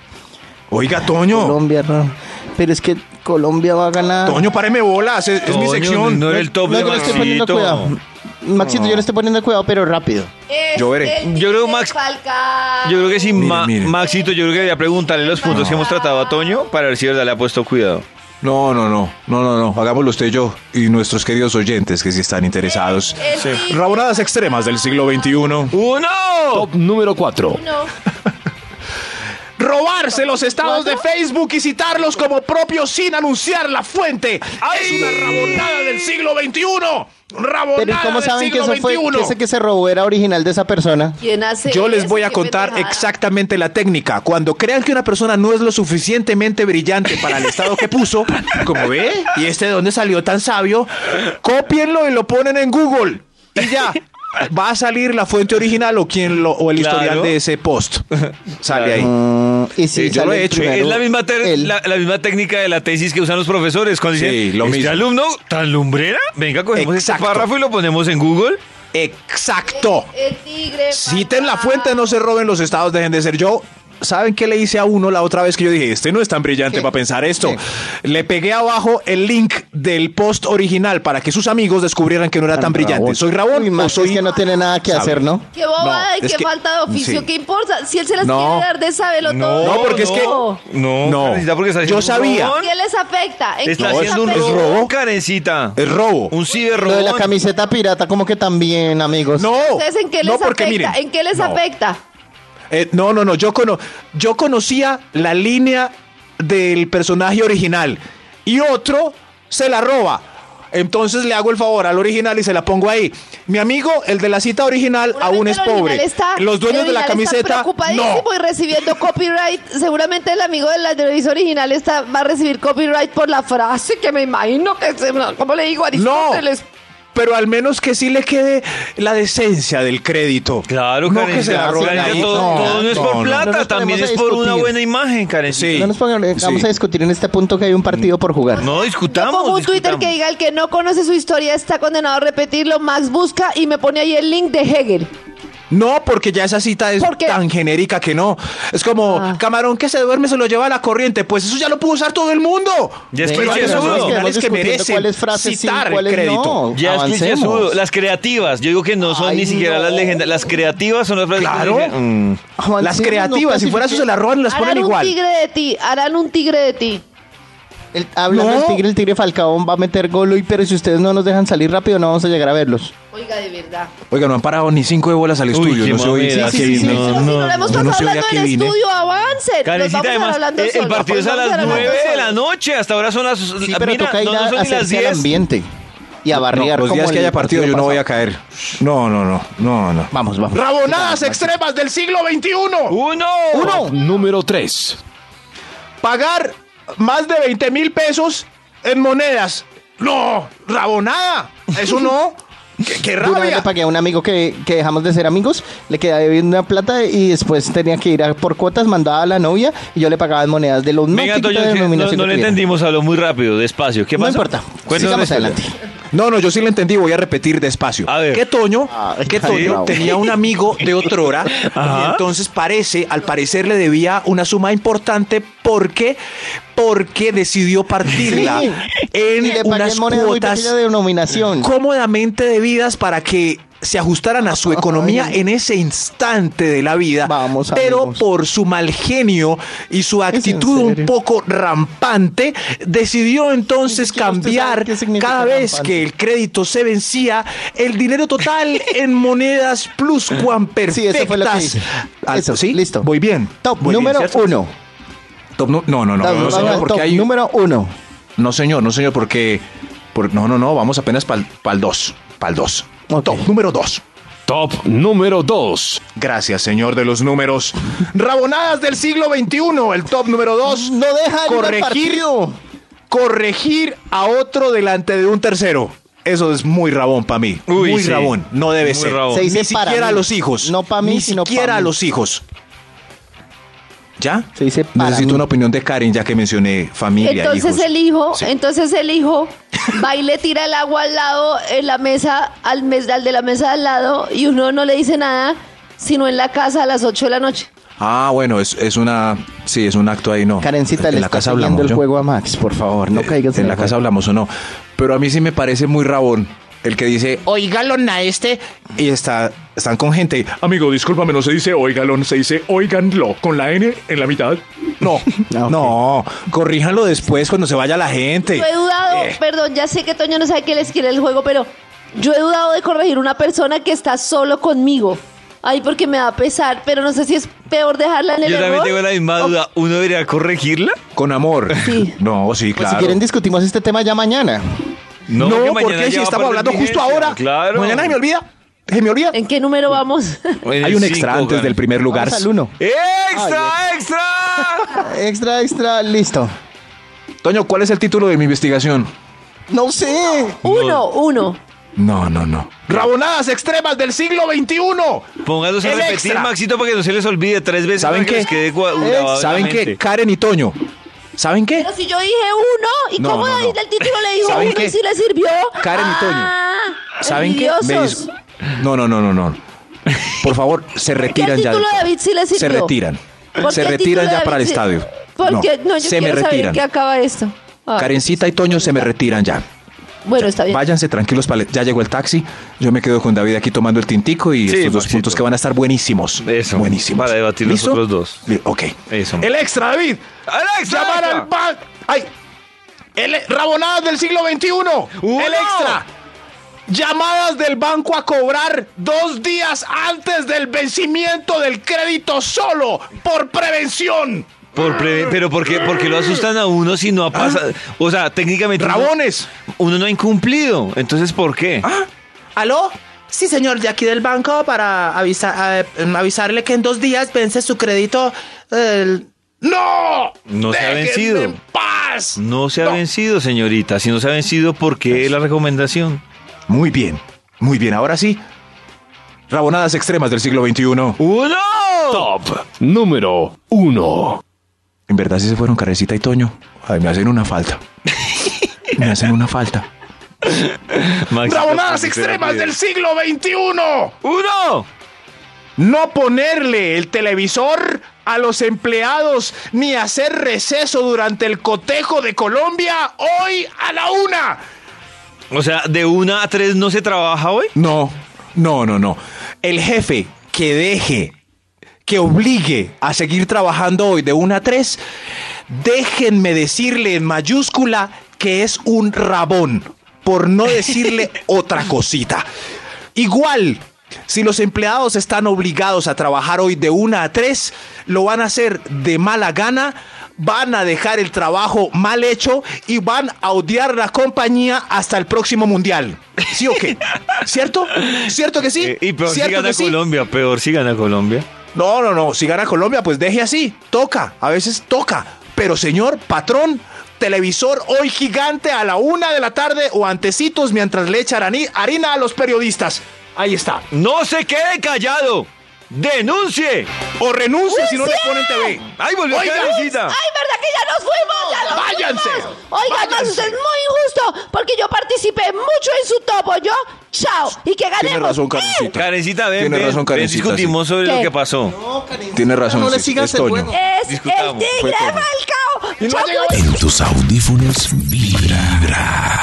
S5: Oiga, Toño.
S6: Colombia, no. Pero es que Colombia va a ganar.
S5: Toño, páreme bolas. Es, es mi
S2: Toño,
S5: sección.
S2: No era el top
S6: no,
S2: de
S6: yo le estoy poniendo
S2: Maxito.
S6: cuidado. Maxito, yo le estoy poniendo cuidado, pero rápido.
S4: Es
S5: Yo veré.
S4: el
S2: Yo creo,
S4: Dice
S2: Max-
S4: Este Falcao.
S2: Yo creo que sí,
S5: Mire,
S2: Ma-
S5: mire.
S2: Maxito, yo creo que debería preguntarle los puntos que hemos tratado a Toño para ver si de verdad le ha puesto cuidado.
S5: No, no, no. No, no, no. Hagámoslo usted y yo. Y nuestros queridos oyentes que si están interesados.
S4: El
S5: Sí.
S4: Dice
S5: Rabonadas extremas del siglo XXI.
S2: ¡Uno!
S1: Top número 4.
S4: Uno.
S5: Robarse los estados de Facebook y citarlos como propios sin anunciar la fuente. Es una rabonada del siglo XXI. Rabonada
S6: Pero ¿y cómo
S5: del
S6: saben que
S5: siglo
S6: eso fue que
S5: XXI.
S6: ese que se robó era original de esa persona?
S4: ¿Quién hace
S5: Yo les
S4: eso?
S5: voy a
S4: Qué
S5: contar
S4: pendejada.
S5: exactamente la técnica. Cuando crean que una persona no es lo suficientemente brillante para el estado que puso, como ve, y este de dónde salió tan sabio, cópienlo y lo ponen en Google. Y ya. Va a salir la fuente original o quien lo, o el
S2: Claro.
S5: historial de ese post. Sale ahí.
S6: Mm, y sí,
S5: Sí, yo
S6: sale
S5: lo he
S6: el
S5: hecho,
S6: primero,
S2: Es la misma, ter-
S6: él.
S2: la, la misma técnica de la tesis que usan los profesores cuando dicen,
S5: Sí, lo
S2: "Este
S5: mismo.
S2: alumno tan lumbrera? Venga, cogemos
S5: Exacto.
S2: este párrafo y lo ponemos en Google.
S5: Exacto.
S4: El tigre.
S5: Citen la
S4: Falcao.
S5: fuente, no se roben los estados, dejen de ser yo. ¿Saben qué le hice a uno la otra vez que yo dije, este no es tan brillante
S6: ¿Qué?
S5: para pensar esto?
S6: ¿Qué?
S5: Le pegué abajo el link del post original para que sus amigos descubrieran que no era tan,
S6: Tan
S5: brillante.
S6: rabón.
S5: ¿Soy rabón
S6: Uy,
S5: o
S6: Max,
S5: soy
S6: es que no tiene nada que
S5: sabe.
S6: hacer, ¿no?
S4: Qué bobada
S5: No,
S4: y
S5: es
S4: qué
S5: que-
S4: falta de oficio.
S5: sí.
S4: ¿Qué importa? Si él se las
S5: No.
S4: quiere dar de sábelo todo.
S5: no, porque es que-
S2: No,
S5: No.
S2: Karencita, porque está
S5: Yo
S2: haciendo un
S5: sabía.
S2: robón.
S4: ¿Qué les afecta? ¿En
S2: Está
S4: qué les
S2: haciendo un
S5: es
S4: afecta?
S5: robo.
S2: robón, Karencita.
S5: Es robo.
S2: Un
S6: Lo de la
S2: ciberrobón.
S6: camiseta pirata, como que también, amigos.
S5: No,
S4: ¿Ustedes en qué les
S5: no, porque
S4: afecta?
S5: miren,
S4: ¿En qué les
S5: no.
S4: afecta?
S5: Eh, no, no, no. Yo, cono- yo conocía la línea del personaje original y otro se la roba. Entonces le hago el favor al original y se la pongo ahí. Mi amigo, el de la cita original, aún
S4: Seguramente
S5: es
S4: el original
S5: pobre.
S4: está-
S5: Los dueños
S4: el
S5: de la
S4: original está
S5: camiseta. No.
S4: preocupadísimo y recibiendo copyright. Seguramente el amigo de la revista original está, va a recibir copyright por la frase que me imagino que. se- ¿Cómo le digo?
S5: No.
S4: Aristóteles.
S5: Pero al menos que sí le quede la decencia del crédito.
S2: Claro,
S5: no
S2: Karencita.
S5: que se la roben
S2: Karencita,
S5: ahí.
S2: todo,
S5: No,
S2: todo no es
S5: no,
S2: por
S5: no.
S2: plata,
S6: No nos
S2: también es
S6: podemos
S2: por una
S6: discutir.
S2: buena imagen, Karencita.
S5: Sí.
S6: No nos pongan- vamos
S5: Sí.
S6: a discutir en este punto que hay un partido por jugar.
S2: No discutamos.
S4: Yo pongo un Twitter
S2: discutamos.
S4: que diga el que no conoce su historia está condenado a repetirlo. Max busca y me pone ahí el link de Hegel.
S5: No, porque ya esa cita es
S4: ¿Por qué?
S5: tan genérica que no. Es como,
S4: Ah.
S5: camarón que se duerme se lo lleva a la corriente. Pues eso ya lo pudo usar todo el mundo.
S2: Ya es
S5: Pero
S2: cliché
S5: hay
S2: sudo.
S5: unos
S2: Estamos
S5: originales que
S6: discutiendo
S5: merecen
S6: cuáles frases sí,
S5: citar el
S6: cuáles
S5: crédito.
S6: no.
S2: Ya es cliché
S6: Avancemos.
S2: sudo. Las creativas, yo digo que no son
S6: Ay,
S2: ni siquiera
S6: no.
S2: las legendarias. Las creativas son las
S5: Claro.
S2: legendarias. Mm.
S6: Avancemos,
S5: Las
S6: no
S5: creativas, si fuera eso se las roban, las
S4: harán
S5: ponen
S4: un
S5: igual.
S4: tigre de ti. Harán un tigre de ti.
S6: El, hablando
S5: No.
S6: del tigre, el tigre Falcao va a meter gol hoy, pero si ustedes no nos dejan salir rápido, no vamos a llegar a verlos.
S4: Oiga, de verdad.
S5: Oiga, no han parado ni cinco de bolas al
S2: Uy,
S5: estudio.
S2: qué
S5: no se oye.
S2: mamera,
S5: Sí,
S2: qué
S5: sí, sí,
S2: vino.
S5: sí.
S4: No,
S2: no.
S4: no, lo hemos
S5: Yo no
S4: pasado
S5: sé hoy a
S4: hablando
S5: qué
S4: del
S5: vine.
S4: estudio, avancen. Nos
S2: Karencita,
S4: vamos
S2: además,
S4: hablando
S2: eh, el
S4: solos,
S2: partido es a
S4: vamos
S2: las
S4: hablando
S2: 9 de
S4: solos.
S2: la noche. Hasta ahora son las.
S6: Sí, pero
S2: mira,
S6: toca ir
S2: no,
S6: a
S2: no son ni las
S6: hacerse al
S2: 10.
S6: ambiente y a
S5: No,
S6: barriar
S5: los
S6: como
S5: días
S6: en
S5: que
S6: el
S5: haya partido, yo no voy a
S6: pasado.
S5: caer. No, no, no, no, no.
S6: Vamos, vamos.
S5: Rabonadas extremas del siglo XXI.
S2: ¡Uno!
S1: Top número 3.
S5: Pagar más de 20 mil pesos en monedas. No, rabonada. Eso no. qué, qué
S6: Yo Una vez le
S5: rabia.
S6: pagué a un amigo que, que dejamos de ser amigos, le quedaba debiendo una plata y después tenía que ir a por cuotas, mandaba a la novia y yo le pagaba en monedas de los más
S2: Venga,
S6: chiquitos
S2: Toño,
S6: de
S2: es que no,
S6: denominación
S2: no
S6: que
S2: lo
S6: tuviera.
S2: entendimos, habló muy rápido, despacio. ¿Qué
S6: No
S2: pasa?
S6: importa,
S2: Cuéntanos
S6: sigamos
S2: la historia.
S6: adelante.
S5: No, no, yo sí lo entendí, voy a repetir despacio.
S2: A ver.
S5: Que Toño,
S6: Ay,
S5: que
S6: Javi,
S5: Toño
S6: bravo.
S5: tenía un amigo de otrora y entonces parece, al parecer le debía una suma importante porque porque decidió partirla
S6: Sí.
S5: en
S6: Y le pagué
S5: unas
S6: en moneda muy
S5: cuotas
S6: pequeña de denominación.
S5: cómodamente debidas para que se ajustaran a su economía en ese instante de la vida.
S6: Vamos,
S5: pero
S6: amigos.
S5: por su mal genio y su
S6: en
S5: actitud un
S6: serio.
S5: poco rampante, decidió entonces
S6: siquiera usted
S5: cambiar
S6: sabe qué significa
S5: cada vez
S6: rampante.
S5: que el crédito se vencía el dinero total en monedas pluscuamperfectas.
S6: Sí, eso fue lo que hice.
S5: Al-
S6: Eso,
S5: ¿sí?
S6: listo.
S5: Voy bien.
S6: Top
S5: Voy bien,
S6: número
S5: ¿cierto?
S6: uno.
S5: Top nu- no, no, no,
S6: Top,
S5: no, señor,
S6: vamos al
S5: porque
S6: top
S5: hay-
S6: número uno.
S5: no, señor, no, señor, porque. por- no, no, no, vamos apenas para el 2. Para el 2.
S6: Ok.
S5: Top número 2.
S1: Top número 2.
S5: Gracias, señor de los números. Rabonadas del siglo XXI, el top número 2.
S6: No deja el
S5: corregir,
S6: partido.
S5: corregir a otro delante de un tercero. Eso es muy rabón para mí.
S2: Uy,
S5: muy
S2: sí.
S5: rabón. No debe
S2: Muy
S5: ser.
S2: rabón. Se
S5: Ni
S6: dice para
S5: siquiera a
S6: mí.
S5: los hijos.
S6: No pa' mí,
S5: Ni
S6: sino pa'
S5: siquiera a
S6: mí.
S5: los hijos. ¿Ya?
S6: Se dice para
S5: Necesito
S6: mí.
S5: una opinión de Karen, ya que mencioné familia.
S4: Entonces
S5: hijos.
S4: el hijo,
S5: Sí.
S4: entonces el hijo va y le tira el agua al lado en la mesa, al mes, al de la mesa de al lado, y uno no le dice nada, sino en la casa a las 8 de la noche.
S5: Ah, bueno, es, es una. Sí, es un acto ahí, no.
S6: Karencita,
S5: En
S6: le
S5: la
S6: está
S5: casa
S6: siguiendo
S5: hablamos,
S6: el
S5: ¿yo?
S6: juego a Max, por favor. No
S5: Eh,
S6: caigas
S5: en
S6: el
S5: la
S6: juego.
S5: casa hablamos o no. Pero a mí sí me parece muy rabón el que dice.
S8: Oiga, lona, este.
S5: Y está, están con gente.
S9: Amigo, discúlpame, no se dice oigalón, se dice oiganlo, con la N en la mitad.
S5: No,
S6: Ah, ok.
S5: no, corríjanlo después cuando se vaya la gente.
S4: Yo he dudado,
S5: Eh.
S4: perdón, ya sé que Toño no sabe que les quiere el juego, pero yo he dudado de corregir una persona que está solo conmigo. Ay, porque me va a pesar, pero no sé si es peor dejarla en el
S2: Yo también
S4: error
S2: tengo la misma
S4: o-
S2: duda. ¿Uno debería corregirla?
S5: Con amor.
S4: Sí.
S5: No, sí,
S6: Pues
S5: claro.
S6: si quieren discutimos este tema ya mañana.
S5: no,
S2: porque mañana
S5: porque si
S2: ya va a
S5: estamos
S2: perder
S5: hablando justo
S2: vigencia,
S5: ahora.
S2: claro.
S5: Mañana se me olvida. Se me olvida.
S4: ¿En qué número vamos?
S2: En
S5: Hay
S2: el
S5: un
S2: cinco,
S5: extra antes
S2: Karen.
S5: del primer lugar.
S6: Vamos al uno.
S2: ¡Extra, extra!
S6: Extra, extra, listo.
S5: Toño, ¿cuál es el título de mi investigación?
S6: No sé.
S4: Uno, uno.
S5: No, no, no.
S9: Rabonadas extremas del siglo XXI.
S2: Póngalos a
S5: El
S2: repetir,
S5: extra.
S2: Maxito, para que no se les olvide tres veces.
S5: ¿Saben
S2: para que
S5: qué?
S2: les quede gua-
S5: Eh,
S2: grabado en la
S5: ¿Saben qué?
S2: mente.
S5: Karen y Toño. ¿Saben qué?
S4: Pero si yo dije uno, ¿y
S5: No,
S4: cómo
S5: no,
S4: David
S5: no.
S4: del título le dijo
S5: ¿Saben
S4: uno
S5: qué?
S4: y sí le sirvió?
S5: Karen y Toño,
S4: Ah,
S5: ¿Saben qué? Me
S4: envidiosos.
S5: dis- No, no, no, no, no. Por favor, se
S4: ¿Qué
S5: retiran
S4: el
S5: ya.
S4: título
S5: del-
S4: de David sí le sirvió?
S5: Se retiran.
S4: ¿Por qué
S5: Se
S4: el título
S5: retiran
S4: de
S5: ya
S4: David
S5: para el
S4: sí-
S5: estadio.
S4: Porque no, yo
S5: se me
S4: quiero saber en
S5: retiran.
S4: qué acaba esto. Ah,
S5: Karencita y Toño se me retiran ya.
S4: Bueno, está bien.
S5: Váyanse tranquilos, pale- ya llegó el taxi. Yo me quedo con David aquí tomando el tintico y
S2: Sí,
S5: estos dos
S2: Maxito.
S5: puntos que van a estar buenísimos.
S2: Eso,
S5: Buenísimos.
S2: para debatir los
S5: ¿Listo?
S2: otros dos.
S5: Li- Ok.
S2: Eso.
S9: El extra, David.
S2: ¡El extra!
S9: Llamar
S2: extra!
S9: al pan. ¡Ay! El rabonadas del siglo XXI.
S2: ¡Uno!
S9: El extra. Llamadas del banco a cobrar dos días antes del vencimiento del crédito solo por prevención.
S2: Por preve- pero porque, porque lo asustan a uno si
S5: Ah.
S2: no ha pasado. O sea, técnicamente. uno-
S9: Rabones.
S2: Uno no ha incumplido. Entonces, ¿por qué?
S8: ¿Aló? Sí, señor, de aquí del banco para avisa- eh, avisarle que en dos días vence su crédito. eh,
S9: ¡No!
S2: No se ha
S9: ¡Déjenme
S2: vencido.
S9: en paz!
S2: No se ha
S9: No.
S2: vencido, señorita. Si no se ha vencido, ¿por qué la recomendación?
S5: Muy bien. Muy bien. Ahora sí. Rabonadas extremas del siglo XXI.
S2: ¡Uno!
S1: Top número 1.
S5: En verdad sí se fueron Karencita y Toño. Ay, me hacen una falta. me hacen una falta.
S2: Maxito,
S9: ¡Rabonadas
S2: ¿por qué te
S9: extremas
S2: da
S9: del siglo XXI!
S2: ¡Uno!
S9: No ponerle el televisor a los empleados ni hacer receso durante el cotejo de Colombia hoy a la una.
S2: O sea, de una a tres no se trabaja hoy.
S5: No, no, no, no. El jefe que deje, que obligue a seguir trabajando hoy de 1 a 3, déjenme decirle en mayúscula que es un rabón, por no decirle otra cosita. Igual, si los empleados están obligados a trabajar hoy de 1 a 3, lo van a hacer de mala gana, van a dejar el trabajo mal hecho y van a odiar la compañía hasta el próximo mundial. ¿Sí o qué? ¿Cierto? ¿Cierto que sí?
S2: Eh, y peor si
S5: ¿Cierto
S2: gana
S5: que sí?
S2: Colombia, peor si gana Colombia.
S5: No, no, no. Si gana Colombia, pues deje así. Toca. A veces toca. Pero señor, patrón, televisor hoy gigante a la una de la tarde o antecitos mientras le echan harina a los periodistas. Ahí está.
S2: ¡No se quede callado! ¡Denuncie!
S9: O renuncie si no le ponen TV.
S2: ¡Ay, volvió a
S9: Oiga.
S2: quedar visita!
S4: ¡Ay, verdad que ya nos fuimos! ¡Ya nos
S9: ¡Váyanse!
S4: fuimos! Oigan, más,
S9: ¡Váyanse!
S4: usted es muy injusto porque yo participé mucho en su topo. Yo, chao. Y que ganemos.
S5: Tiene razón, Karencita.
S2: Karencita, ven,
S5: Tiene
S2: ven,
S5: razón,
S2: ven,
S5: Karencita,
S2: discutimos sobre lo
S4: ¿Qué?
S2: que pasó.
S5: Tiene razón.
S6: No le
S5: sí,
S6: sigas
S5: es
S6: el
S5: Toño.
S6: juego.
S4: Es el
S2: Discutamos.
S4: pues. tigre Falcao. Chao,
S7: En tus audífonos vibra.